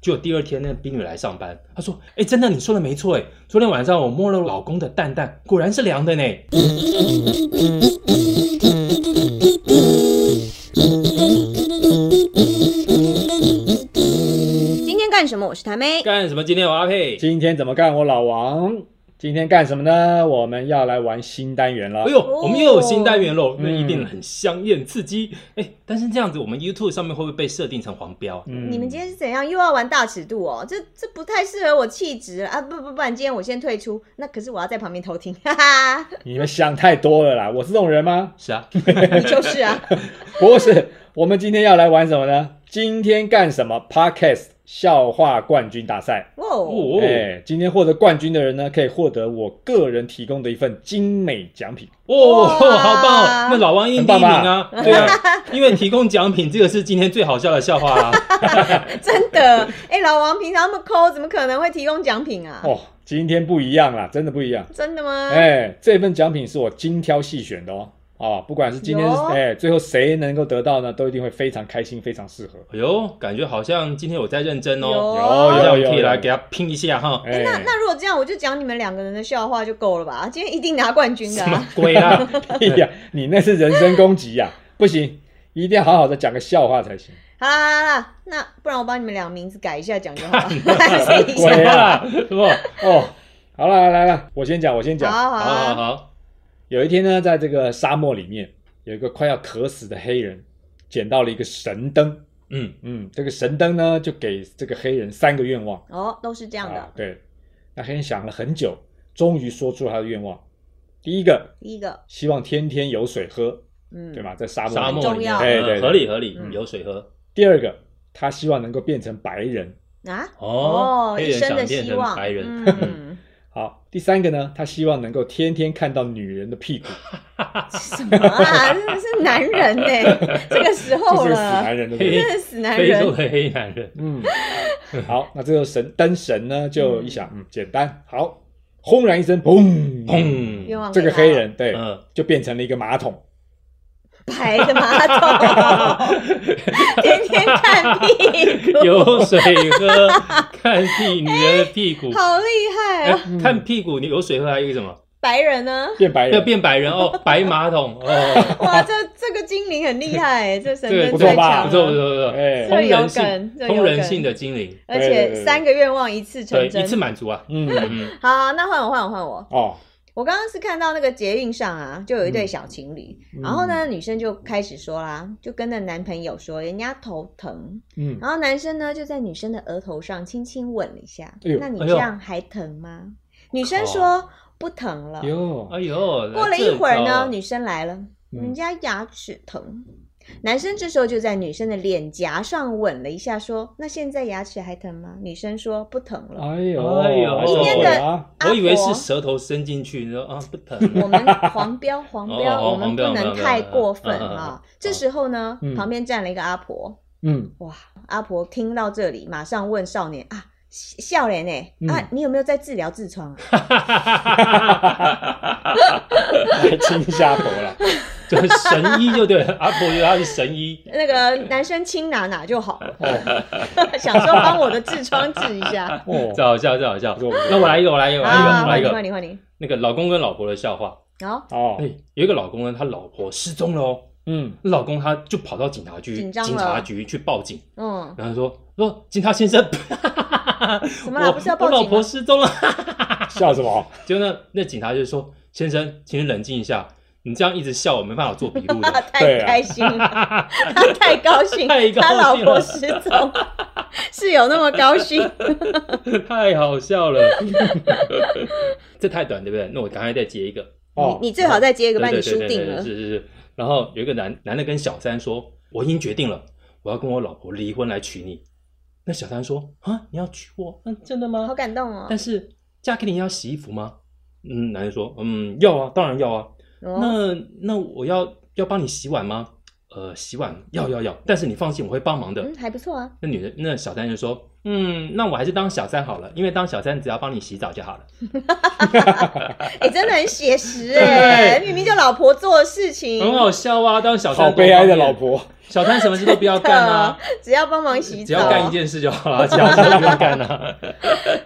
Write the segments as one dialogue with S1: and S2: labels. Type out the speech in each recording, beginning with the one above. S1: 就第二天那个冰雨来上班，她说：“哎、真的你说的没错，哎，昨天晚上我摸了老公的蛋蛋，果然是凉的呢。”
S2: 今天干什么？我是谭妹。
S1: 干什么？今天我阿佩。
S3: 今天怎么干？我老王，今天干什么呢？我们要来玩新单元了
S1: 哎。呦，
S2: 哦
S1: 我们又有新单元喽，那一定很香艳刺激。哎、但是这样子，我们 YouTube 上面会不会被设定成黄标？啊
S3: 嗯
S2: 你们今天是怎样？又要玩大尺度哦？这这不太适合我气质啊！不不不然，今天我先退出。那可是我要在旁边偷听，哈 哈，
S3: 你们想太多了啦！我是这种人吗？
S1: 是啊，
S2: 你就是 啊。
S3: 不是， 我们今天要来玩什么呢？今天干什么？Podcast 笑话冠军大赛。
S2: 哇
S1: 哦，
S2: 哦，
S3: 哎，今天获得冠军的人呢，可以获得我个人提供的一份精美奖品。
S1: 哦，
S2: 哇
S1: 好棒哦！那老王一定第一名啊，
S3: 很棒吧
S1: 对啊，因为提供奖品这个是今天最好笑的笑话啊。
S2: 真的。哎、老王平常那么抠，怎么可能会提供奖品啊？
S3: 哦，今天不一样啦，真的不一样。
S2: 真的吗？
S3: 哎，这份奖品是我精挑细选的哦。哦，不管是今天是
S2: 有
S3: 哎，最后谁能够得到呢，都一定会非常开心，非常适合。
S1: 哎呦，感觉好像今天我在认真
S2: 有
S1: 哦，
S2: 哦
S1: 好像
S3: 有有有
S1: 可以
S3: 有
S1: 来给他拼一下哈。
S3: 哎，
S2: 那那如果这样，我就讲你们两个人的笑话就够了吧？今天一定拿冠军的、
S1: 什么
S2: 啊。
S1: 鬼啊！
S3: 哎呀，你那是人身攻击呀、 不行，一定要好好的讲个笑话才行。
S2: 好啦好啦好啦，那不然我把你们俩名字改一下讲就 好了，还 是一
S1: 什
S2: 下。
S1: 么啦？什么？
S3: 哦，好了，来了，我先讲，我先
S2: 好
S3: 讲。
S2: 啊好
S1: 好好
S2: 啊
S1: 好，
S3: 有一天呢，在这个沙漠里面，有一个快要渴死的黑人，捡到了一个神灯。
S1: 嗯，
S3: 嗯，这个神灯呢，就给这个黑人三个愿望。
S2: 哦，都是这样
S3: 啊
S2: 的。，
S3: 对。那黑人想了很久，终于说出他的愿望。第一个，
S2: 第一个，
S3: 希望天天有水喝，
S2: 嗯，
S3: 对？吧？在沙漠里面。
S1: 沙漠里面，
S2: 很重
S3: 要对对
S1: 嗯
S3: 对
S1: 合理合理，
S2: 嗯
S1: 有水喝。
S3: 第二个，他希望能够变成白人。
S2: 啊，
S1: 哦，黑
S2: 一
S1: 人
S2: 生
S1: 想
S2: 的
S1: 变
S2: 希
S1: 成
S2: 望，
S1: 白人，嗯
S2: 嗯，
S3: 好，第三个呢，他希望能够天天看到女人的屁股。
S2: 什么啊？真的是男人呢、 这个时
S3: 这
S2: 候
S3: 是个死
S2: 了，
S3: 男人，对不
S1: 嘿
S3: 对？
S2: 真的是死 男
S1: 非洲
S2: 人。
S1: 的黑男人。
S3: 嗯，好，那这个神灯神呢，就一想，嗯，简单，好，轰然一声，砰
S2: 愿
S1: 砰，
S2: 望
S3: 这
S2: 给
S3: 个
S2: 他
S3: 黑人对，
S1: 嗯，
S3: 就变成了一个马桶，
S2: 排的马 桶，天天看屁股，
S1: 有水喝，看屁女人的屁股。
S2: 好厉害
S1: 哎
S2: 啊！
S1: 看屁股，你有水喝还有一个什么？
S2: 白人呢？
S3: 变白
S1: 要
S3: 人，
S1: 变白人 哦，白马桶 哦，
S2: 哇，这这个精灵很厉害，这神
S1: 这个
S2: 灯
S3: 不
S2: 最
S3: 错吧
S2: 强
S1: 不错不
S2: 了，
S1: 错不错，
S3: 哎
S2: 啊这
S1: 通
S2: 个有
S1: 人性
S2: 梗，这个有
S1: 通人
S2: 梗，
S1: 性的精灵，
S2: 而
S3: 对
S2: 且
S3: 对对
S2: 三个愿望一次
S1: 对，
S2: 成真
S1: 一。次满足啊。
S3: 嗯，
S1: 嗯，
S2: 好，那换我换我换我，
S3: 哦，
S2: 我刚刚是看到那个捷运上啊，就有一对小情侣，
S3: 嗯
S2: 然后呢，女生就开始说啦，就跟那男朋友说人家头疼，
S3: 嗯，
S2: 然后男生呢就在女生的额头上轻轻吻了一下，
S3: 哎呦
S2: 那你
S1: 哎呦
S2: 这样还疼吗？女生说不疼了。
S3: 哟，
S1: 哎呦，
S2: 过了一会儿
S1: 这
S2: 呢，
S1: 嗯
S2: 女生来了，人家牙齿疼。男生这时候就在女生的脸颊上吻了一下，说：“那现在牙齿还疼吗？”女生说：“不疼了。
S3: 哎呦，
S1: 哎呦
S3: 还是
S1: 一边
S2: 的
S3: 会啊，
S2: 阿
S1: 招我以为
S2: 婆
S1: 是舌头伸进去，你说啊不疼，
S2: 我们黄标 黄标，
S1: 哦哦
S2: 我们
S1: 黄
S2: 不
S1: 标
S2: 能
S1: 黄标
S2: 太
S1: 嗯
S2: 过分
S1: 嗯嗯
S2: 啊！这时候呢，
S3: 嗯
S2: 旁边站了一个阿婆，
S3: 嗯，
S2: 哇，阿婆听到这里，马上问少年啊，笑脸
S3: 嗯
S2: 呢？啊，你有没有在治疗痔 疮啊？
S3: 来亲一下头了，
S1: 就是神医就对了，阿婆觉得他是神医，
S2: 那个男生亲哪哪就好了， 想说帮我的痔疮治一下。
S1: 这
S3: 哦，
S1: 好笑，这好笑
S3: 不错不错。
S1: 那我来一个，我来一个，我 来一个，
S2: 啊，
S1: 我来
S2: 换
S1: 一个，
S2: 你换你换你，
S1: 那个老公跟老婆的笑话。
S2: 好，
S3: 哦，
S1: 哎，有一个老公呢，他老婆失踪了哦，
S3: 嗯，
S1: 老公他就跑到警察局，
S2: 紧张了
S1: 警察局去报警，
S2: 嗯，
S1: 然后说说警察先生，
S2: 怎么啦？
S1: 我
S2: 不是要
S1: 我
S2: 报
S1: 老
S2: 警
S1: 婆
S2: 吗？
S1: 失踪了。
S3: 笑什么？
S1: 结果呢，那警察就说先生，请你冷静一下，你这样一直笑，我没办法做笔录
S2: 啊
S1: 的。
S2: 太开心了，他太高兴，
S1: 太高兴了
S2: 他老婆失踪，是有那么 高兴？
S1: 太好笑了， 这太短对不对？那我赶快再接一个。
S3: 哦，
S2: 你你最好再接一
S1: 对
S2: 个，不然
S1: 对
S2: 你
S1: 对
S2: 输
S1: 对
S2: 定
S1: 对
S2: 了。
S1: 是是是。然后有一个男男的跟小三说：“我已经决定了，我要跟我老婆离婚来娶你。”那小三说：“啊，你要娶我？嗯，真的吗
S2: 好？感动哦
S1: 但。是嫁给你要洗衣服吗？”嗯，男人说：“嗯，要啊，当然要啊。
S2: 哦
S1: 那那我要要帮你洗碗吗？呃，洗碗要要要，但是你放心，我会帮忙的。
S2: 嗯，还不错啊。
S1: 那女人，那小三就说，嗯，那我还是当小三好了，因为当小三只要帮你洗澡就好了。
S2: 哎、真的很写实 哎、明明就老婆做的事情，
S1: 很好笑啊，当小三
S3: 好
S1: 多
S3: 悲哀
S1: 方
S3: 的
S1: 便
S3: 老，婆，
S1: 小三什么事都不要干 啊，
S2: 只要帮忙洗澡，
S1: 只要干一件事就好 了，其他事都不要干啊。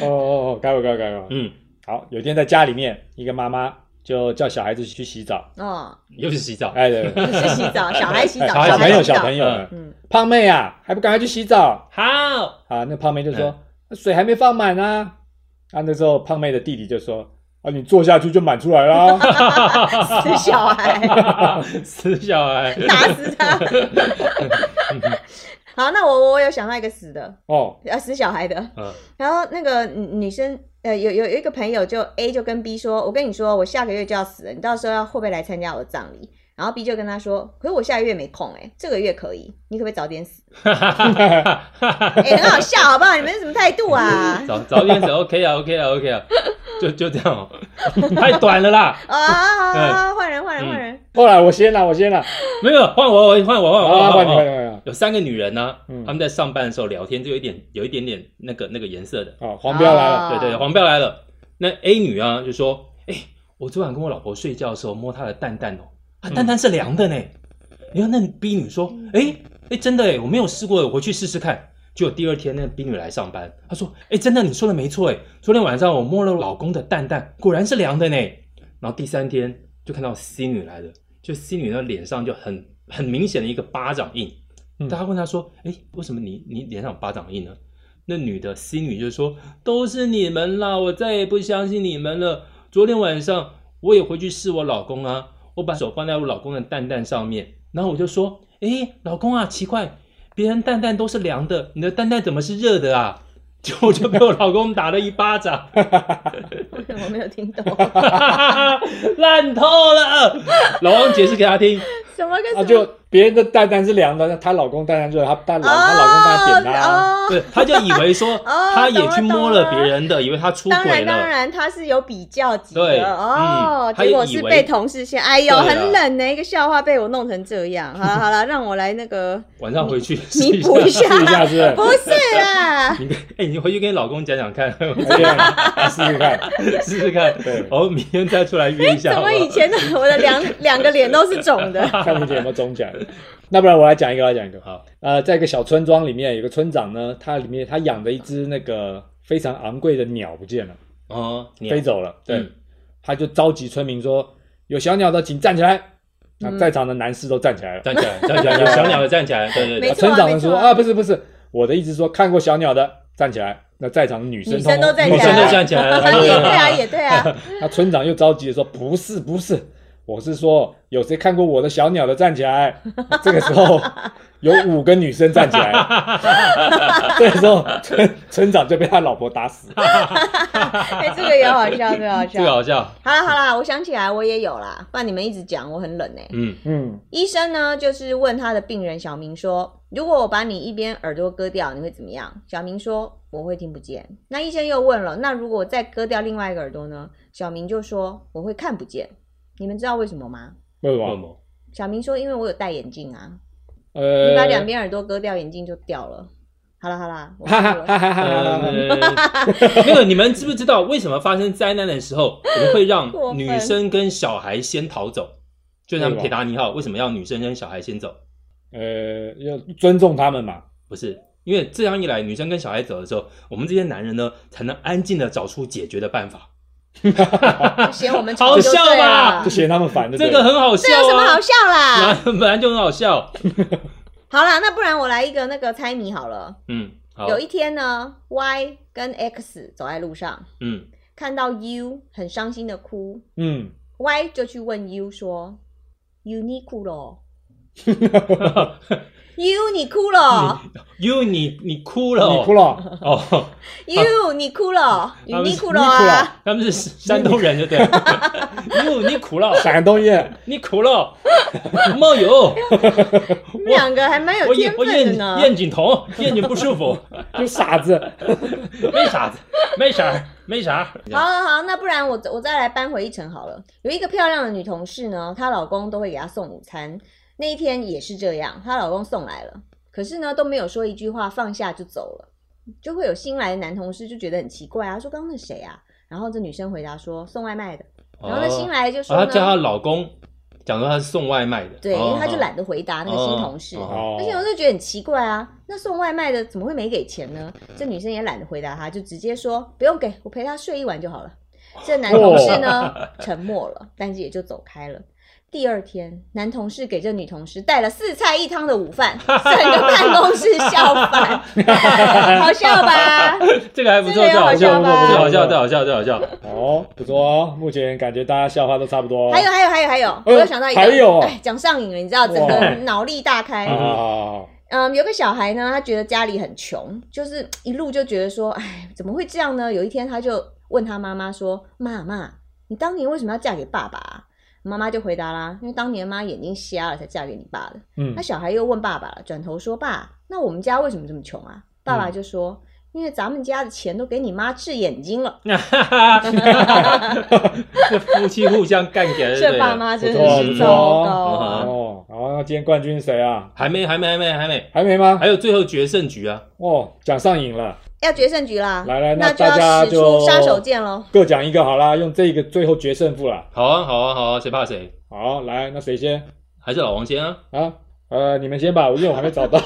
S3: 哦哦哦，该我该我该 我。
S1: 嗯，
S3: 好，有一天在家里面，一个妈妈就叫小孩子去洗澡，
S2: 哦，
S1: 又是洗澡，
S3: 哎对，
S2: 不是洗澡，小孩洗澡，
S3: 哎小
S2: 孩
S3: 朋友
S2: 洗
S3: 小
S2: 澡
S3: 朋友，
S1: 嗯
S2: 嗯，
S3: 胖妹啊，还不赶快去洗澡？
S1: 好，
S3: 啊，那胖妹就说、
S2: 嗯
S3: 水还没放满啊。啊，那时候胖妹的弟弟就说啊，你坐下去就满出 来啦。
S2: 死小孩，
S1: 死小孩，
S2: 打死他。好，那我我有想到一个死的，
S3: 哦，
S2: 呃，死小孩的。
S1: 嗯
S2: 然后那个女女生，呃，有有有一个朋友就 A 就跟 B 说，我跟你说，我下个月就要死了，你到时候要会不会来参加我的葬礼？然后 B 就跟他说，可是我下个月没空、欸，哎，这个月可以，你可不可以早点 死？哎、很好笑，好不好？你们是什么态度 啊？
S1: 早早点走，OK 啊，OK 啊，OK 啊，就就这样 哦，太短了啦，哎
S2: 啊，换人，换人，换人。
S3: 后来我先啦，我先啦。
S1: 没有换我，我换我，
S2: 哦
S1: 换
S3: 好
S1: 我，
S3: 啦，
S1: 啊换
S3: 换你，
S1: 我，
S3: 换你，换你。
S1: 有三个女人呢、
S3: 嗯
S1: 她们在上班的时候聊天，就有一点有一点点那个那个颜色的。
S3: 哦，黄标来了。
S2: 啊
S1: 对对，黄标来了。那 A 女啊就说：“哎、我昨晚跟我老婆睡觉的时候摸她的蛋蛋哦，啊，蛋蛋是凉的呢。你看那 B 女说：“哎、哎、真的哎，我没有试过，我回去试试看。”结果第二天那 B 女来上班，她说：“哎、真的，你说的没错哎，昨天晚上我摸了老公的蛋蛋，果然是凉的呢。”然后第三天就看到 C 女来了，就 C 女呢脸上就很很明显的一个巴掌印。
S3: 嗯
S1: 大家问她说：“哎、为什么你你脸上有巴掌印呢？”那女的 C 女就说：“都是你们啦，我再也不相信你们了。昨天晚上我也回去试我老公啊，我把手放在我老公的蛋蛋上面，然后我就说：‘诶，老公啊，奇怪，别人蛋蛋都是凉的，你的蛋蛋怎么是热的啊？’”结果我就被我老公打了一巴掌，
S2: 我没有听懂，
S1: 烂透了。老王解释给他听，
S2: 什么跟什
S3: 啊，
S2: 么？
S3: 就别人的蛋蛋是凉的，那她老公蛋蛋热，她蛋老她老公蛋蛋点啊
S2: 哦，
S3: 啦。
S1: 对，他就以为 说他也去摸了别人的，以为他出
S2: 当
S1: 轨
S2: 然当
S1: 了。
S2: 然，他是有比较级的
S1: 对
S2: 哦
S1: 嗯，他也
S2: 结果是
S1: 以为
S2: 被同事先，哎呦，
S1: 对啊
S2: 很冷的一个笑话被我弄成这样。好了好了，让我来那个
S1: 晚上回去试
S2: 弥补一下，
S3: 试一下是不是
S2: 不是啊啦，
S1: 你跟哎、你回去跟你老公讲讲看，
S3: 哎试试看，
S1: 试试看，
S3: 对
S1: 然后明天再出来约一下。
S2: 怎么
S1: 好不好
S2: 以前的我的两 两个脸都是肿的？啊
S3: 看明天有没有中奖。那不然我来讲一个，我来讲一个。
S1: 好，
S3: 呃，在一个小村庄里面，有个村长呢，他里面他养着一只那个非常昂贵的鸟不见了，
S1: 哦，你
S3: 飞走了。对，
S1: 嗯
S3: 他就召集村民说：“有小鸟的，请站起来。”那
S2: 嗯
S3: 在场的男士都站起来了。
S1: 站起来，站起来，有小鸟的站起来，对对
S2: 没
S1: 对，
S2: 错啊
S3: 村长呢说：“
S2: 没错啊
S3: 啊，不是不是，我的意思说看过小鸟的站起来。”那在场的女生
S2: 女生都站起
S1: 女
S2: 来
S1: 生
S3: 都
S1: 就站起来了，
S2: 啊
S1: 她就
S2: 也
S1: 站起
S2: 对啊，
S1: 来了
S2: 也对啊，
S3: 那村长又着急的说：“不是不是，我是说有谁看过我的小鸟的站起来。”这个时候有五个女生站起来了， 这个时候村村长就被他老婆打死。
S2: 哎，这个也好笑，这个 好
S1: 这个
S2: 笑。
S1: 好笑，
S2: 好了好了，我想起来，我也有啦，不然你们一直讲，我很冷哎。
S1: 嗯，
S3: 嗯，
S2: 医生呢，就是问他的病人小明说：“如果我把你一边耳朵割掉，你会怎么样？”小明说：“我会听不见。”那医生又问了：“那如果我再割掉另外一个耳朵呢？”小明就说：“我会看不见。”你们知道为什么吗？
S3: 为什
S1: 恶
S3: 么？
S1: 魔，
S2: 小明说：“因为我有戴眼镜啊，
S3: 呃，
S2: 你把两边耳朵割掉，眼镜就掉了。”好了好了， 我
S3: 哈
S2: 错
S3: 哈
S2: 了。
S3: 哈哈哈哈哈！
S1: 呃，没有，你们知不知道为什么发生灾难的时候，我们会让
S2: 过分
S1: 女生跟小孩先逃走？就像
S3: 为什么
S1: 铁达尼号，为什么要女生跟小孩先走？
S3: 呃，要尊重他们嘛。
S1: 不是，因为这样一来，女生跟小孩走的时候，我们这些男人呢，才能安静的找出解决的办法。
S2: 就嫌我们吵
S1: 好
S2: 就
S1: 笑啊
S2: 对
S1: 吧
S2: 了
S3: 就，嫌他们烦，对不
S1: 这
S3: 对
S1: 个很好笑
S2: 这有什么
S1: 啊
S2: 好，笑啦？
S1: 本来就很好笑。
S2: 好啦，那不然我来一个那个猜谜好了。
S1: 嗯，好，
S2: 有一天呢，Y 跟 X 走在路上。
S1: 嗯，
S2: 看到 U 很伤心的哭
S3: 嗯，
S2: ，Y 就去问 U 说：“U 你哭了，U 你哭了
S1: 因为你你哭了、哦，
S3: 你哭了，
S1: 哦，
S2: ，U 你哭了
S1: 他
S2: ，U
S1: 们
S2: 你
S1: 是
S2: 哭了啊
S1: 他们是山东人，就 对了。哟，你苦了，
S3: 闪东耶，
S1: 你苦了，冒油，！”
S2: 你们两个还蛮有
S1: 我
S2: 哎天
S1: 眼我
S2: 分的
S1: 眼
S2: 呢。
S1: 眼睛痛，眼睛不舒服，
S3: 就 傻子。
S1: 没啥子，没啥儿，没啥儿。
S2: 好好好，那不然我我再来扳回一城好了。有一个漂亮的女同事呢，她老公都会给她送午餐，那一天也是这样，她老公送来了，可是呢都没有说一句话，放下就走了，就会有新来的男同事就觉得很奇怪啊，说刚刚那谁啊？然后这女生回答说送外卖的，然后那新来的就说
S1: 哦，她
S2: 呢，
S1: 叫她老公讲说她是送外卖的，
S2: 对，因
S1: 哦
S2: 为她就懒得回答那个新同事，
S1: 哦
S3: 哦
S2: 而且我就觉得很奇怪啊，那送外卖的怎么会没给钱呢？这女生也懒得回答他，就直接说不用给我陪他睡一晚就好了。这男同事呢、
S3: 哦
S2: 沉默了，但是也就走开了。第二天，男同事给这女同事带了四菜一汤的午饭，整个办公室笑翻， 好笑 吧？
S1: 这个还不错，
S2: 这个
S1: 这好
S2: 有好笑
S1: 笑，
S2: 吧
S1: 这好笑，这好笑，这好笑。
S3: 哦，不错哦，目前感觉大家笑话都差不多哦。
S2: 还有还有还有还有，我又想到一个，
S3: 还有啊
S2: 哎，讲上瘾了，你知道，整
S3: 哇
S2: 个脑力大开。
S3: 啊，
S2: 嗯，有个小孩呢，他觉得家里很穷，就是嘖一路就觉得说，哎，怎么会这样呢？有一天，他就问他妈妈说：“妈妈，你当年为什么要嫁给爸爸、啊？”妈妈就回答啦：“因为当年妈眼睛瞎了才嫁给你爸的。”
S3: 嗯
S2: 那，小孩又问爸爸了，转头说：“爸，那我们家为什么这么穷啊？”爸
S3: 嗯
S2: 爸就说：“因为咱们家的钱都给你妈治眼睛了。
S1: 这夫妻互相干起来，”对
S2: 这
S1: 了
S2: 爸妈真
S3: 哎不错
S2: 的
S3: 不
S2: 是糟
S3: 错
S2: 糕啊！
S3: 哦，好，那今天冠军谁啊？
S1: 还没，还没，还没，还没，
S3: 还没吗
S1: 还？有最后决胜局啊！
S3: 哦，讲上瘾了，
S2: 要决胜局啦，
S3: 来来那
S2: 那就
S3: 大家
S2: 要使
S3: 就
S2: 出杀手锏喽。
S3: 各讲一个好啦，用这个最后决胜负啦。
S1: 好啊，好啊，好啊，谁怕谁？
S3: 好，来，那谁先
S1: 还是老王先啊？
S3: 啊？呃，你们先吧，因为我还没找到。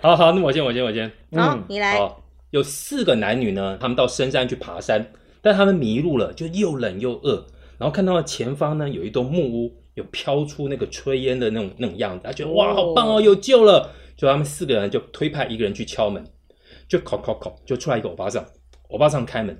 S1: 好好，那我先，我先，我先。
S2: 好
S3: 嗯，，
S2: 你来。
S1: 好，有四个男女呢，他们到深山去爬山，但他们迷路了，就又冷又饿，然后看到前方呢有一栋木屋，有飘出那个炊烟的那种那种样子，他觉得哇，
S2: 哦
S1: 好棒哦，有救了！就他们四个人就推派一个人去敲门，就敲敲敲，就出来一个欧巴桑，欧巴桑开门。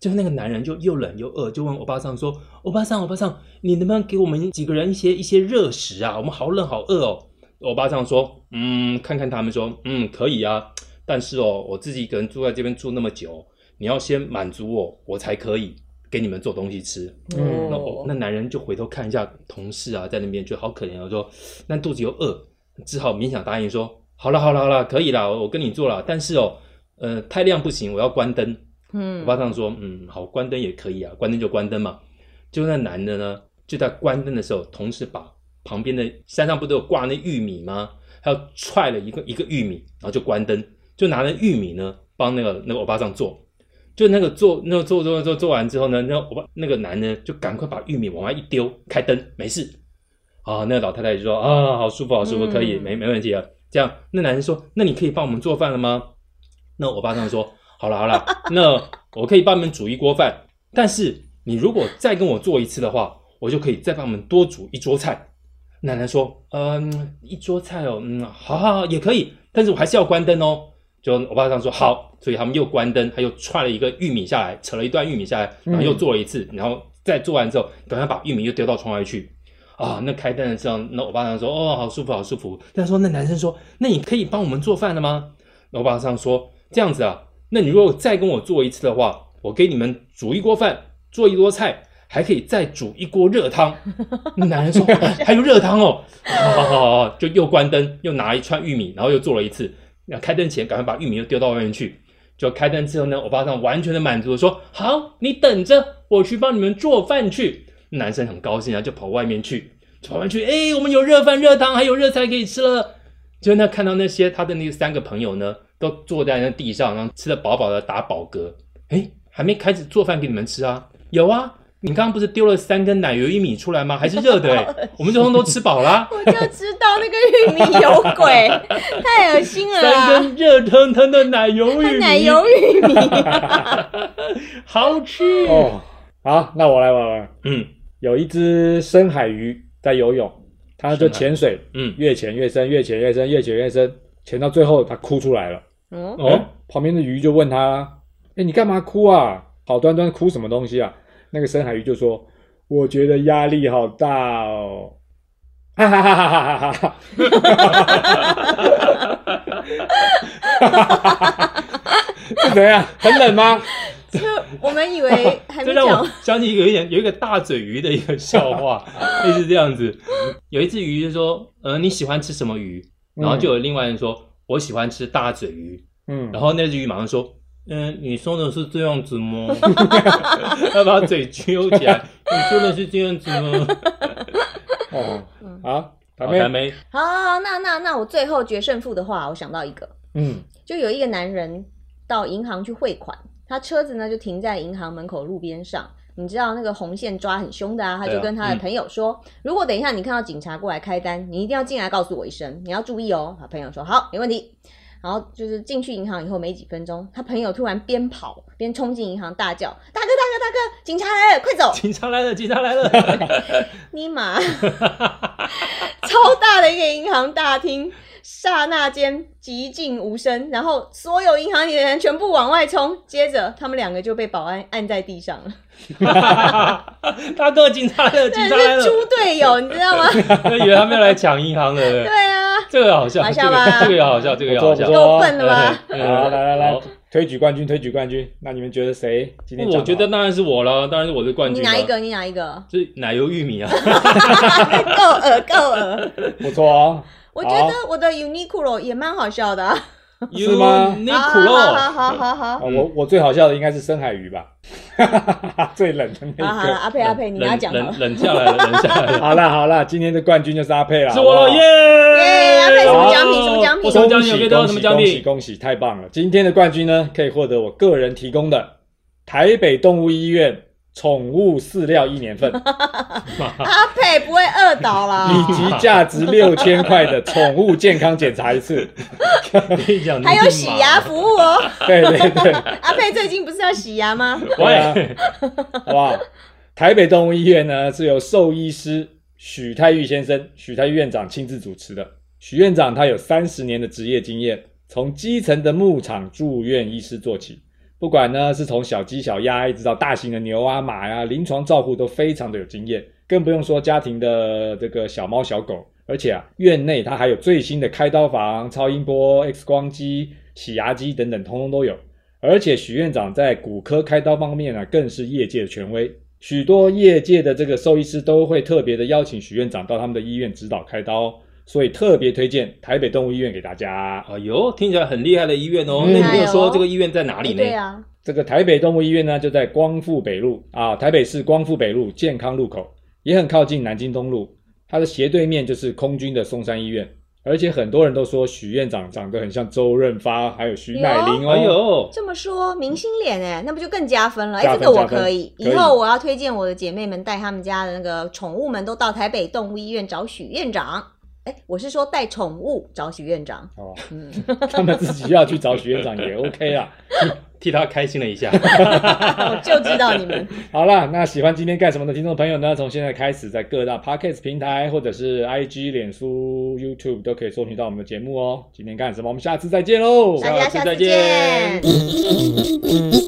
S1: 就那个男人就又冷又饿，就问欧巴桑说：“欧巴桑，欧巴桑，你能不能给我们几个人一些一些热食啊？我们好冷好饿哦。”欧巴桑说：“嗯，看看他们说，嗯，可以啊，但是哦，我自己一个人住在这边住那么久，你要先满足我，我才可以给你们做东西吃。
S3: 嗯
S1: 那
S2: 哦
S1: 我那男人就回头看一下同事啊，在那边觉得好可怜哦，说那肚子又饿，只好勉强答应说：好了好了好了，可以啦，我跟你做了，但是哦，呃，太亮不行，我要关灯。”
S2: 嗯
S1: 我爸这样说，嗯，好，关灯也可以啊，关灯就关灯嘛。就那男的呢，就在关灯的时候，同时把旁边的山上不都有挂那玉米吗？他又踹了一个一个玉米，然后就关灯，就拿了玉米呢帮那个那个欧巴桑做。就那个做那个做做做做完之后呢，那欧巴那个男呢就赶快把玉米往外一丢，开灯，没事。啊，那个老太太就说啊，好舒服，好舒服，可以，
S2: 嗯
S1: 没没问题啊。这样，那男人说，那你可以帮我们做饭了吗？那我爸这样说，好了好了， 那我可以帮你们煮一锅饭，但是你如果再跟我做一次的话，我就可以再帮你们多煮一桌菜。奶奶说，嗯，一桌菜哦，嗯，好好好，也可以，但是我还是要关灯哦。就我爸这样说好，所以他们又关灯，他又踹了一个玉米下来，扯了一段玉米下来，然后又做了一次，然后再做完之后，赶快把玉米又丢到窗外去。啊，那开灯的时候，那我爸这样说，哦，好舒服，好舒服。但说那男生说，那你可以帮我们做饭了吗？那我爸这样说，这样子啊，那你如果再跟我做一次的话，我给你们煮一锅饭，做一桌菜，还可以再煮一锅热汤。那男人说、啊还有热汤哦，好好好好好，就又关灯，又拿一串玉米，然后又做了一次。那开灯前赶快把玉米又丢到外面去。就开灯之后呢，我爸上完全的满足地说：“好，你等着，我去帮你们做饭去。”男生很高兴啊，就跑外面去，跑外面去，哎，我们有热饭、热汤，还有热菜可以吃了。就那看到那些他的那三个朋友呢，都坐在那地上，然后吃的饱饱的，打饱嗝。哎，还没开始做饭给你们吃啊？有啊，你刚刚不是丢了三根奶油玉米出来吗？还是热的哎、 我们通通都吃饱啦、
S2: 我就知道那个玉米有鬼，太恶心了
S1: 三
S2: 啦！
S1: 根热腾腾的奶油玉
S2: 它
S1: 米，
S2: 啊 奶油玉米，
S1: 好吃。
S3: 哦，好，那我来，我来。
S1: 嗯
S3: 有一只深海鱼在游泳，它就潜水，
S1: 嗯，
S3: 越潜越深，越潜越深，越潜越深，潜到最后它哭出来了。
S2: 嗯，
S1: 哦，
S3: 旁边的鱼就问他：“哎，你干嘛哭啊？好端端哭什么东西啊？”那个深海鱼就说：“我觉得压力好大哦。”哈哈哈哈哈哈哈哈！是怎样？很冷吗？
S2: 就我们以为还
S1: 这
S2: 没
S1: 让我
S2: 讲，
S1: 想起有一点有一个大嘴鱼的一个笑 话，类似这样子。有一只鱼就说：“呃，你喜欢吃什么鱼？”然后就有另外人说：“我喜欢吃大嘴鱼。”
S3: 嗯，
S1: 然后那只鱼马上说：“嗯，你说的是这样子吗？”他把嘴揪起来，你说的是这样子吗？
S3: 哦
S2: 嗯，
S3: 好，
S1: 好，
S3: 咱们，
S1: 妹，
S2: 好，好那那那我最后决胜负的话，我想到一个，
S3: 嗯
S2: 就有一个男人到银行去汇款，他车子呢就停在银行门口路边上。你知道那个红线抓很凶的啊，他
S1: 对
S2: 就
S1: 啊
S2: 跟他的
S1: 嗯
S2: 朋友说：“如果等一下你看到警察过来开单，你一定要进来告诉我一声，你要注意哦。”他朋友说：“好，没问题。”然后就是进去银行以后没几分钟，他朋友突然边跑边冲进银行大叫：“大哥，大哥，大哥，警察来了，快走！”
S1: 警察来了，警察来了！
S2: 尼玛，超大的一个银行大厅，刹那间寂静无声，然后所有银行里的人全部往外冲，接着他们两个就被保安按在地上了，
S1: 大哥，警察来了，警
S2: 真
S1: 察来
S2: 的是
S1: 了！
S2: 猪队友，你知道吗？
S1: 以为他们要来抢银行的，
S2: 对啊，
S1: 这个好笑，
S2: 好
S1: 这
S2: 笑吧
S1: 个这个也好笑，这个也好
S3: 不错
S1: 笑
S3: 不。错
S2: 够笨了吧？
S1: 对
S3: 好，来来来
S1: 好，
S3: 推举冠军，推举冠军。那你们觉得谁今天
S1: 我
S3: 讲得
S1: 觉得当然是我了，当然是我的冠
S2: 你
S1: 军。
S2: 哪一？个？你哪一个？
S1: 是奶油玉米啊！
S2: 够恶，够恶！
S3: 好不错哦？
S2: 我觉得我的 Uniqlo 也蛮好笑的、啊，
S3: 是吗
S1: 你
S2: 好
S1: 苦
S2: 好好
S1: 肉，
S2: 好好好
S3: 啊，。我我最好笑的应该是深海鱼吧，最冷的
S2: 好
S3: 那
S2: 好了，
S3: 个。
S2: 阿佩阿佩，你要讲好
S1: 冷
S2: 了
S1: 冷。冷下来了，冷下来了，
S3: 好啦好啦，今天的冠军就是阿佩了，
S1: 是我了
S3: 好不好
S1: 耶！！
S2: 耶阿佩什么
S3: 奖
S2: 品什么奖品
S1: 我什么奖品？我
S3: 恭
S1: 可
S3: 喜
S1: 以得到
S3: 恭
S1: 什么
S3: 喜
S1: 奖
S3: 恭喜
S1: 品？
S3: 恭喜！太棒了！今天的冠军呢，可以获得我个人提供的台北动物医院宠物饲料一年份，
S2: 阿佩不会饿倒啦，
S3: 以及价值六千块的宠物健康检查一次。
S1: 跟你讲，
S2: 还有洗牙服务哦。
S3: 对对对，
S2: 阿佩最近不是要洗牙吗？
S3: 对啊
S1: 喂，
S3: 好不好？台北动物医院呢是由兽医师许泰玉先生、许泰玉院长亲自主持的。许院长他有三十年的职业经验，从基层的牧场住院医师做起，不管呢是从小鸡、小鸭，一直到大型的牛啊、马呀、临床照护都非常的有经验，更不用说家庭的这个小猫、小狗。而且啊，院内它还有最新的开刀房、超音波、X 光机、洗牙机等等，通通都有。而且许院长在骨科开刀方面呢、啊更是业界的权威。许多业界的这个兽医师都会特别的邀请许院长到他们的医院指导开刀哦，所以特别推荐台北动物医院给大家。
S1: 哎呦，听起来很厉害的医院哦。
S3: 嗯
S1: 那你没有说这个医院在哪里呢？
S2: 哎对啊，
S3: 这个台北动物医院呢，就在光复北路啊，台北市光复北路健康路口，也很靠近南京东路。它的斜对面就是空军的松山医院，而且很多人都说许院长长得很像周润发，还有徐乃麟哦。
S1: 哎呦，
S2: 这么说明星脸哎，那不就更加分了？
S3: 加
S2: 哎，
S3: 分
S2: 这个我可以，
S3: 加分可以
S2: 以后我要推荐我的姐妹们带她们家的那个宠物们都到台北动物医院找许院长。哎，我是说带宠物找许院长。
S3: 哦，
S2: 嗯，
S3: 他们自己要去找许院长也 OK 啊啦。
S1: 替他开心了一下。
S2: 我就知道你 们。
S3: 好啦，那喜欢今天干什么的听众朋友呢？从现在开始，在各大 podcast 平台或者是 IG、脸书、YouTube 都可以搜寻到我们的节目哦。今天干什么？我们下次再见喽，
S2: 大家
S1: 下
S2: 下
S1: 次
S2: 次
S1: 再
S2: 见
S1: 见。